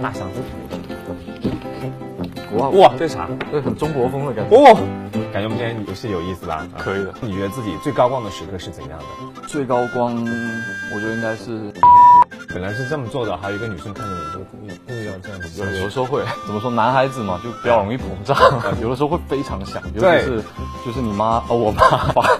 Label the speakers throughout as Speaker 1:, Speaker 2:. Speaker 1: 大嗓子。
Speaker 2: 哇
Speaker 1: 哇，这哦啥？
Speaker 2: 这很中国风的感觉。
Speaker 1: 哦，
Speaker 3: 感觉我们今天游戏有意思吧？啊
Speaker 1: 可以的
Speaker 3: 你觉得自己最高光的时刻是怎样的？
Speaker 2: 最高光，我觉得应该是
Speaker 3: 本来是这么做的，还有一个女生看着你，就故意故意要这样子。
Speaker 2: 有有的时候会怎么说，男孩子嘛就比较容易膨胀， 有的时候会非常想，尤
Speaker 3: 对
Speaker 2: 其是就是你妈 哦我爸爸，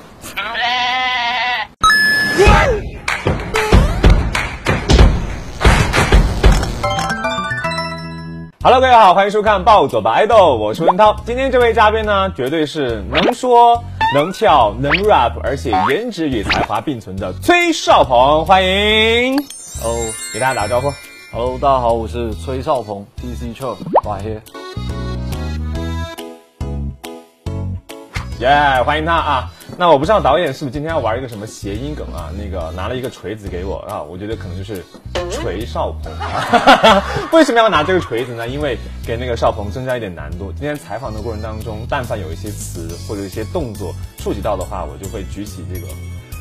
Speaker 3: Hello，各位好，欢迎收看《暴走吧爱豆》，我是文涛。今天这位嘉宾呢，绝对是能说能跳能 rap，而且颜值与才华并存的崔少鹏，欢迎！
Speaker 2: 哦
Speaker 3: 给大家打个招呼。
Speaker 2: hello 大家好，我是崔少鹏，DC Chop 白黑，
Speaker 3: 耶、欢迎他啊！那我不知道导演是不是今天要玩一个什么谐音梗啊？那个拿了一个锤子给我啊，我觉得可能就是锤少鹏、啊。 为什么要拿这个锤子呢？因为给那个少鹏增加一点难度。今天采访的过程当中，但凡有一些词或者一些动作触及到的话，我就会举起这个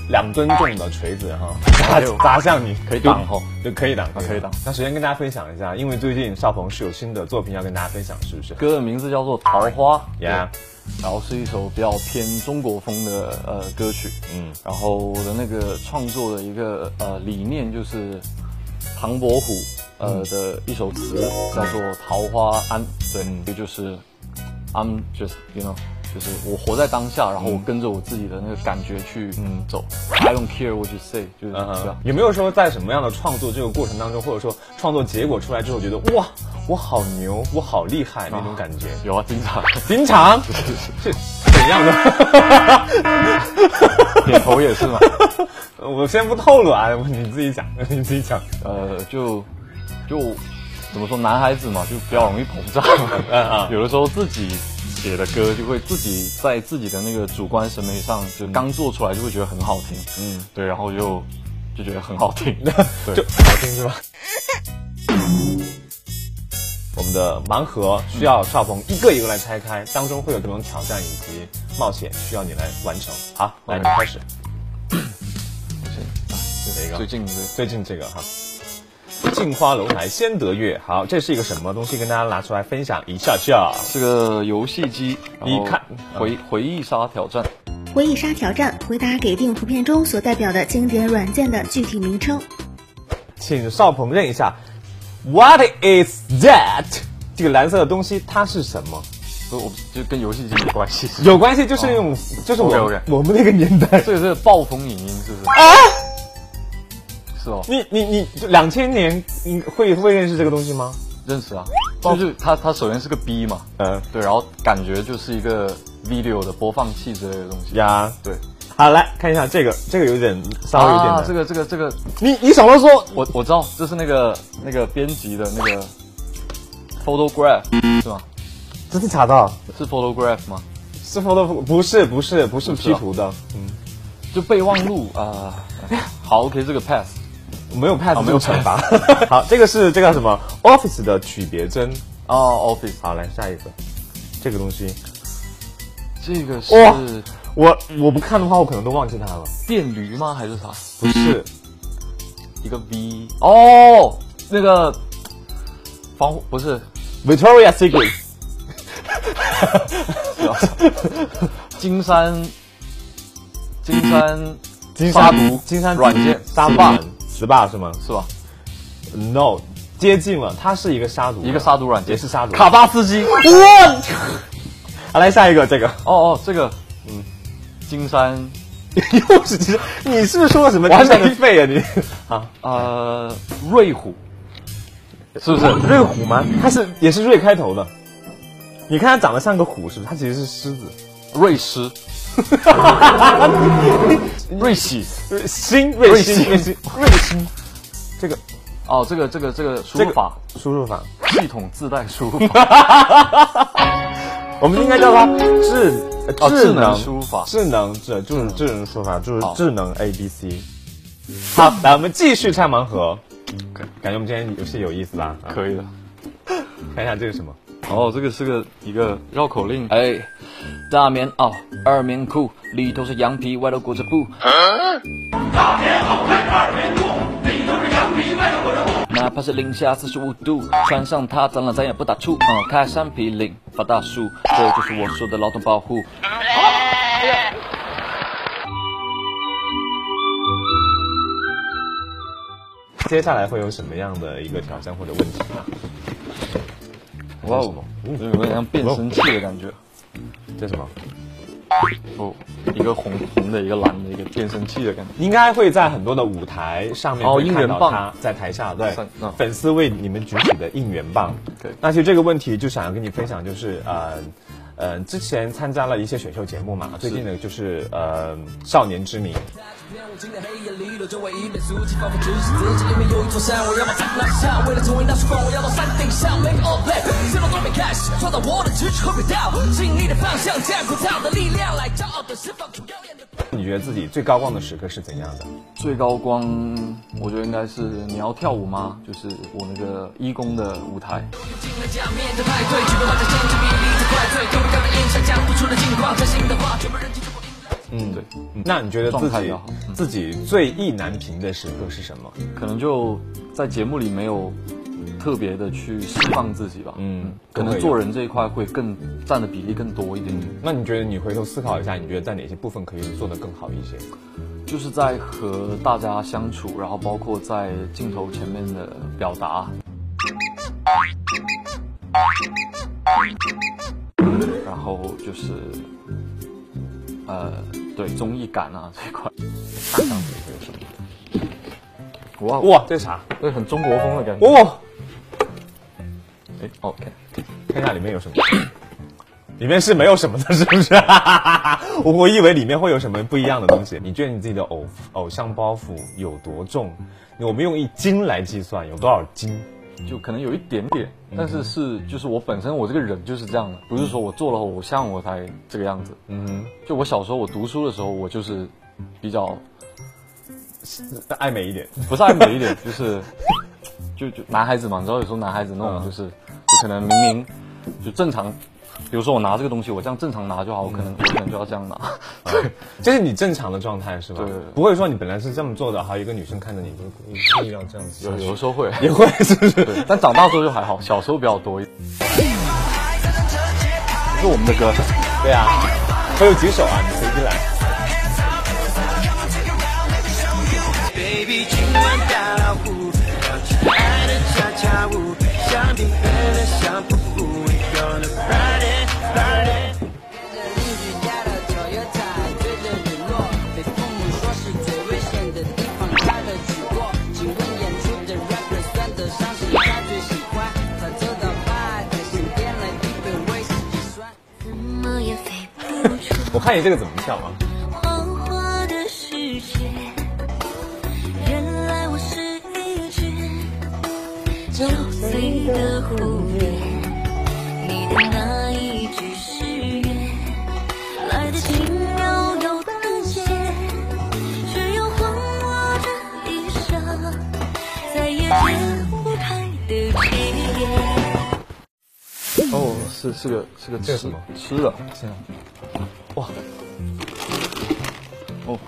Speaker 3: 两吨重的锤子哈、砸
Speaker 2: 哎呦
Speaker 3: 砸向你，
Speaker 2: 可以
Speaker 3: 就
Speaker 2: 挡吼，
Speaker 3: 就可以挡，
Speaker 2: 可以挡。
Speaker 3: 那首先跟大家分享一下，因为最近少鹏是有新的作品要跟大家分享，是不是？
Speaker 2: 歌的名字叫做《桃花》
Speaker 3: Yeah
Speaker 2: 对然后是一首比较偏中国风的呃歌曲，
Speaker 3: 嗯
Speaker 2: 嗯，然后我的那个创作的一个呃理念就是唐伯虎呃的一首词叫做《桃花庵》，对，这就是 I'm just you know。就是我活在当下，然后我跟着我自己的那个感觉去嗯走。I don't care what you say，就
Speaker 3: 嗯
Speaker 2: 是对吧
Speaker 3: 哼，？有没有说在什么样的创作这个过程当中，或者说创作结果出来之后，觉得哇，我好牛，我好厉害那种感觉？
Speaker 2: 有啊，经常
Speaker 3: 经常是怎样的？
Speaker 2: 点头也是嘛。
Speaker 3: 我先不透露啊，你自己讲，你自己讲。
Speaker 2: 呃，就就怎么说，男孩子嘛，就比较容易膨 胀
Speaker 3: 嗯嗯。
Speaker 2: 有的时候自己写的歌，就会自己在自己的那个主观审美上，就刚做出来就会觉得很好听。嗯，对，然后就就觉得很好 听。对
Speaker 3: 就好听是吧？ 我们的盲盒需要少鹏一个一个来拆开，当中会有各种挑战以及冒险，需要你来完成。好，来
Speaker 2: OK
Speaker 3: 开始。这一个
Speaker 2: 最近的
Speaker 3: 最近这个哈，镜花楼台先得月。好，这是一个什么东西？跟大家拿出来分享一下下。
Speaker 2: 这个游戏机，然后嗯
Speaker 3: 一看
Speaker 2: 回回忆杀挑战，
Speaker 4: 回忆杀挑战，回答给定图片中所代表的经典软件的具体名称。
Speaker 3: 请少鹏认一下，What is that？这个蓝色的东西它是什么？
Speaker 2: 所以我就跟游戏机有关 系。
Speaker 3: 有关系，就是那种，就是我
Speaker 2: 哦 OK，OK
Speaker 3: 我们那个年代。
Speaker 2: 这个是暴风影音，是不是？是哦，
Speaker 3: 你你你两千年，你会会认识这个东西吗？
Speaker 2: 认识啊，就是它它首先是个 B 嘛，
Speaker 3: 嗯
Speaker 2: 对，然后感觉就是一个 video 的播放器之类的东西。
Speaker 3: 呀，
Speaker 2: 对，
Speaker 3: 好来看一下这个，这个有点稍微有点
Speaker 2: 啊，
Speaker 3: 难。
Speaker 2: 这个这个这个，
Speaker 3: 你你什么时候？
Speaker 2: 我我知道，这是那个那个编辑的那个 photograph 是吗？
Speaker 3: 真的假的？
Speaker 2: 是 photograph 吗？
Speaker 3: 是 photo 不是不是不是 P 图的，
Speaker 2: 就备忘录啊、好，OK，这个 pass。
Speaker 3: 没有 pass
Speaker 2: 哦
Speaker 3: 没
Speaker 2: 没
Speaker 3: 有
Speaker 2: 有
Speaker 3: 惩罚。 好，这个是这个叫什么 Office 的曲别针。
Speaker 2: 哦，Office，
Speaker 3: 好，来下一个，这个东西
Speaker 2: 这个
Speaker 3: 哇
Speaker 2: 是
Speaker 3: 我我不看的话，我可能都忘记它了。
Speaker 2: 电驴吗？还是啥？
Speaker 3: 不是
Speaker 2: 一个 V 哦，那个防不是
Speaker 3: Victoria Secret，
Speaker 2: 金山金山
Speaker 3: 金
Speaker 2: 杀
Speaker 3: 山
Speaker 2: 毒嗯
Speaker 3: 金山
Speaker 2: 软件
Speaker 3: 杀
Speaker 2: SPA
Speaker 3: 十霸是吗
Speaker 2: 是吧？
Speaker 3: ？No，接近了，它是一个杀毒，
Speaker 2: 一个杀毒软件
Speaker 3: 也是杀毒。
Speaker 2: 卡巴斯基。
Speaker 3: 我，好来下一个，这个
Speaker 2: 哦哦，这个，嗯，金山，
Speaker 3: 又是金山，你是不是说了什么
Speaker 2: 我还
Speaker 3: 金山的
Speaker 2: 没
Speaker 3: 肺啊你？
Speaker 2: 呃，瑞虎，是不是？
Speaker 3: 瑞虎吗？它是也是瑞开头的，你看它长得像个虎，是不是？它其实是狮子。
Speaker 2: 瑞 狮，瑞喜。
Speaker 3: 瑞星瑞星
Speaker 2: 瑞
Speaker 3: 星瑞星，这个
Speaker 2: 哦，这个这个这个输
Speaker 3: 这
Speaker 2: 入
Speaker 3: 个
Speaker 2: 法、
Speaker 3: 输入法，
Speaker 2: 系统自带输入法，
Speaker 3: 我们应该叫它智呃
Speaker 2: 哦智能输入法
Speaker 3: 智能智就是智能输入法，就是
Speaker 2: 好
Speaker 3: 智能 A B C。好，来我们继续拆盲盒，感觉我们今天游戏有意思吧？啊
Speaker 2: 嗯可以的。
Speaker 3: 看一下这是什么？
Speaker 2: 哦，这个是个一个绕口令，哎，大棉袄，二棉裤，里头是羊皮，外头裹着布。大棉袄，二棉裤，里头是羊皮，外头裹着布。哪怕是零下四十五度，穿上它，咱俩咱也不打怵。嗯，开山劈岭伐大树，这就是我说的劳动保护。
Speaker 3: 接下来会有什么样的一个挑战或者问题啊呢？
Speaker 2: 哇哦，有点像变声器的感觉。
Speaker 3: 这是什么？
Speaker 2: 哦，一个红红的，一个蓝的，一个变声器的感觉。
Speaker 3: 应该会在很多的舞台上面
Speaker 2: 哦
Speaker 3: 会看
Speaker 2: 应援
Speaker 3: 到
Speaker 2: 棒
Speaker 3: 他在台下，对
Speaker 2: 算嗯
Speaker 3: 粉丝为你们举起的应援棒。
Speaker 2: 对
Speaker 3: 那其实这个问题就想要跟你分享，就是呃呃，之前参加了一些选秀节目嘛，最近呢就是呃《少年之名》，
Speaker 1: 让我经典黑夜里，有着唯一的足迹，仿佛直视自己。里面有一座山，我要把它拿下。为了成为那束光，我要到山顶上。Make all black，什么都没开始，抓到我的直觉和轨道，尽力的方向，加鼓噪的力量，来骄傲的释放出耀眼的。
Speaker 3: 你觉得自己最高光的时刻是怎样的？
Speaker 2: 最高光，我觉得应该是你要跳舞吗？就是我那个义工的舞台。
Speaker 1: 进了假面的派对，举个万家相之比例的怪罪，丢不掉的印象，讲不出的近况，真心的话，全部扔进这部音乐。
Speaker 3: 嗯，
Speaker 2: 对，
Speaker 3: 那你觉得自
Speaker 2: 状态
Speaker 3: 己
Speaker 2: 比较好嗯
Speaker 3: 自己最意难平的时刻是什么？
Speaker 2: 可能就在节目里没有特别的去释放自己吧。
Speaker 3: 嗯
Speaker 2: 嗯，可能做人这一块会更占的比例更多一点，
Speaker 3: 那你觉得你回头思考一下，你觉得在哪些部分可以做得更好一些？
Speaker 2: 就是在和大家相处，然后包括在镜头前面的表达。然后就是，呃，对综艺感啊这一块，
Speaker 3: 大上自己会有什么？
Speaker 2: 哇哇，
Speaker 3: 哇，这是啥？
Speaker 2: 这很中国风的感觉。
Speaker 3: 哇、哦，
Speaker 2: 哎，OK，
Speaker 3: 看一下里面有什么。 里面是没有什么的，是不是？ 我我以为里面会有什么不一样的东西。你觉得你自己的偶偶像包袱有多重？我们用一斤来计算，有多少斤？
Speaker 2: 就可能有一点点，但是是就是我本身我这个人就是这样的，不是说我做了偶像我才这个样子。
Speaker 3: 嗯哼，
Speaker 2: 就我小时候我读书的时候，我就是比较
Speaker 3: 爱美一点。
Speaker 2: 不是爱美 一点，就是就就男孩子嘛，你知道有时候男孩子那种
Speaker 3: 嗯
Speaker 2: 就是就可能明明就正常，比如说我拿这个东西，我这样正常拿就好，我可能我可能就要这样拿。
Speaker 3: 这是你正常的状态是吧？
Speaker 2: 对对对
Speaker 3: 不会说你本来是这么做的，还有一个女生看着你就故意故意要这样子下
Speaker 2: 有
Speaker 3: 去。
Speaker 2: 有的时候会，
Speaker 3: 也会是不是？
Speaker 2: 对，但长大之后就还好，小时候比较多一点。这是我们的歌，
Speaker 3: 对啊，会有几首啊？你随机来。
Speaker 5: Baby，今晚打老虎，跳起来的恰恰舞，像平衡的小瀑布，We gonna party party。
Speaker 1: 跟着邻居家的小油菜，对着日落，被父母说是最危险的地方，他的去过。请问演出的 rapper 算得上谁？他最喜欢他走到吧台，先点来一杯威士忌酸。
Speaker 6: 怎么也飞不出
Speaker 3: 我看你这个怎么跳啊？
Speaker 6: 黄花的世界。原来我是一只酒醉的蝴蝶，你的那一句誓言来的轻柔又淡些，只有黄花这一生，再也解不开的结。
Speaker 2: 哦，是是个是个
Speaker 3: 这
Speaker 2: 吃
Speaker 3: 是什么
Speaker 2: 吃的，
Speaker 3: 天啊！哇！
Speaker 2: 哦
Speaker 3: 哦！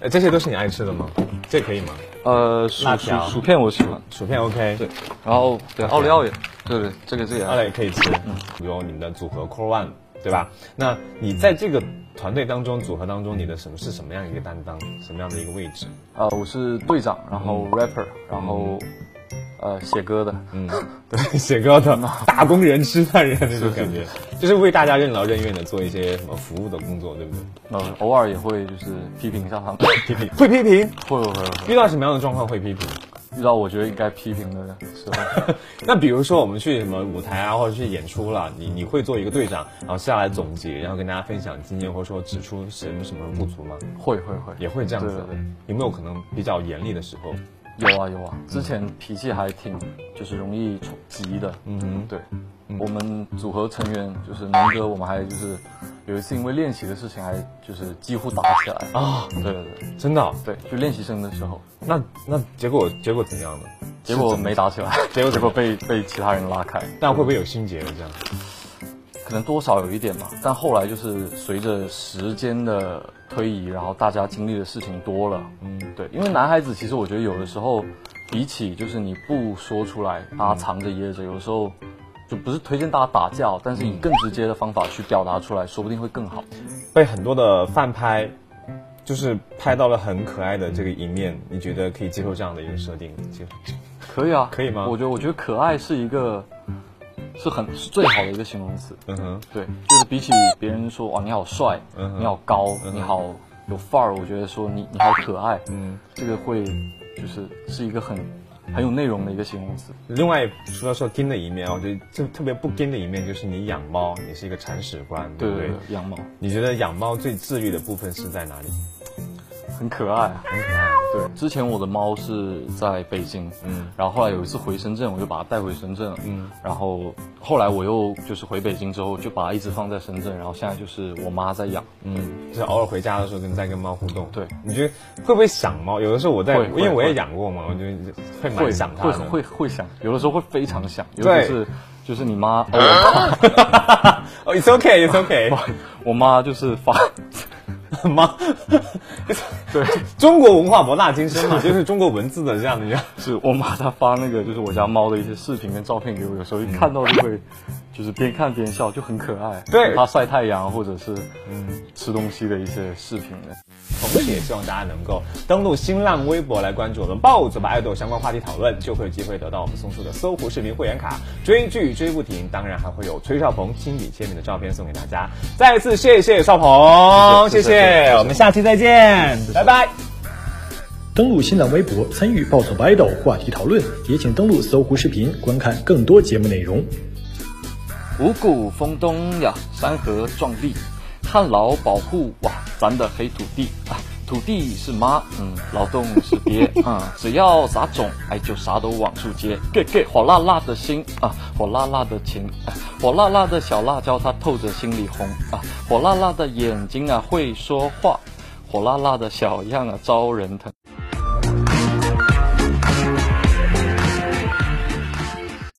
Speaker 3: 呃，这些都是你爱吃的吗？这可以吗？
Speaker 2: 呃，薯
Speaker 3: 辣
Speaker 2: 薯
Speaker 3: 条
Speaker 2: 薯片我喜欢，
Speaker 3: 薯片 OK，
Speaker 2: 对，，然后对奥利奥也，对对，这个这个
Speaker 3: 当
Speaker 2: 也
Speaker 3: 然也可以吃。比如你们的组合 Core One，对吧？那你在这个团队当中、组合当中，你的什么是什么样一个担当，什么样的一个位置？
Speaker 2: 呃，我是队长，然后 rapper，然后呃写歌的，
Speaker 3: 嗯，对，写歌的打工人、吃饭人那种感觉，嗯就是为大家任劳任怨的做一些什么服务的工作，对不对？
Speaker 2: 呃偶尔也会就是批评一下他们，
Speaker 3: 批评会批评，
Speaker 2: 会会会会
Speaker 3: 遇到什么样的状况会批评？
Speaker 2: 遇到我觉得应该批评的时候，
Speaker 3: 那比如说我们去什么舞台啊，或者去演出了，你你会做一个队长，然后下来总结，然后跟大家分享经验，或者说指出什么什么不足吗？
Speaker 2: 会会会
Speaker 3: 也会这样子嗯的
Speaker 2: 对对，
Speaker 3: 有没有可能比较严厉的时候？
Speaker 2: 对有啊有啊，
Speaker 3: 嗯
Speaker 2: 之前脾气还挺就是容易冲急的，嗯
Speaker 3: 哼
Speaker 2: 对。我们组合成员就是南哥，我们还就是有一次因为练习的事情，还就是几乎打起来
Speaker 3: 啊
Speaker 2: 对对对
Speaker 3: 真的哦、
Speaker 2: 对，就练习生的时候，
Speaker 3: 那那结果结果怎样呢？
Speaker 2: 结果没打起来，
Speaker 3: 结果
Speaker 2: 结果被被其他人拉开。
Speaker 3: 但会不会有心结的这样？
Speaker 2: 可能多少有一点吧，但后来就是随着时间的推移，然后大家经历的事情多了，嗯，对，因为男孩子其实我觉得有的时候，比起就是你不说出来，他藏着掖着，有时候就不是推荐大家打架哦，但是以更直接的方法去表达出来，说不定会更好。
Speaker 3: 被很多的饭拍，就是拍到了很可爱的这个一面，你觉得可以接受这样的一个设定？接受
Speaker 2: 可以啊，
Speaker 3: 可以吗
Speaker 2: 我觉得我觉得可爱是一个是很是最好的一个形容词，
Speaker 3: 嗯哼，
Speaker 2: 对，就是比起别人说哇你好帅，
Speaker 3: 嗯哼
Speaker 2: 你好高，
Speaker 3: 哼
Speaker 2: 你好有范儿，我觉得说你你好可爱，
Speaker 3: 嗯。
Speaker 2: 这个会就是是一个很很有内容的一个形容词。
Speaker 3: 另外，除了说跟的一面啊，我觉得就特别不跟的一面就是你养猫，你是一个铲屎官，对
Speaker 2: 对
Speaker 3: 不
Speaker 2: 对
Speaker 3: 对？
Speaker 2: 对，养猫
Speaker 3: 你觉得养猫最治愈的部分是在哪里？
Speaker 2: 很可爱啊。对，之前我的猫是在北京，
Speaker 3: 嗯
Speaker 2: 嗯，然后后来有一次回深圳，我就把它带回深圳了，嗯，然后后来我又就是回北京之后，就把它一直放在深圳，然后现在就是我妈在养，
Speaker 3: 嗯，就是偶尔回家的时候跟在跟猫互动。
Speaker 2: 对
Speaker 3: 你觉得会不会想猫？有的时候我在，
Speaker 2: 会
Speaker 3: 因
Speaker 2: 会
Speaker 3: 为我也
Speaker 2: 会
Speaker 3: 养过嘛，我觉得会
Speaker 2: 会
Speaker 3: 蛮想它
Speaker 2: 会
Speaker 3: 的。
Speaker 2: 会会想，有的时候会非常想，尤
Speaker 3: 对
Speaker 2: 其是就是你妈，哦我
Speaker 3: 哦、i t s okay, it's okay
Speaker 2: 妈。 我妈就是发，
Speaker 3: 猫，对，中国文化博大精深嘛，就是中国文字的这样的一个。
Speaker 2: 是我妈她发那个就是我家猫的一些视频跟照片给我，有时候一看到就会，就是边看边笑，就很可爱。
Speaker 3: 对
Speaker 2: 它晒太阳或者是嗯吃东西的一些视频的。
Speaker 3: 同时也希望大家能够登录新浪微博来关注我们豹子吧爱豆相关话题讨论，就会有机会得到我们送出的搜狐视频会员卡，追剧追不停，当然还会有崔少鹏亲笔签名的照片送给大家。再次谢谢少鹏，谢
Speaker 2: 谢谢谢谢谢
Speaker 3: 谢，
Speaker 2: 谢
Speaker 3: 我们下期再见，拜拜。
Speaker 7: 登录新浪微博参与暴走 b i d o 话题讨论，也请登录搜狐视频观看更多节目内容。
Speaker 2: 五谷丰登呀，山河壮丽，旱涝保护哇，咱的黑土地啊，土地是妈，嗯，劳动是爹啊、只要撒种，哎，就啥都往出接，给给火辣辣的心啊，火辣辣的情啊，火辣辣的小辣椒它透着心里红啊，火辣辣的眼睛啊会说话，火辣辣的小样啊招人疼。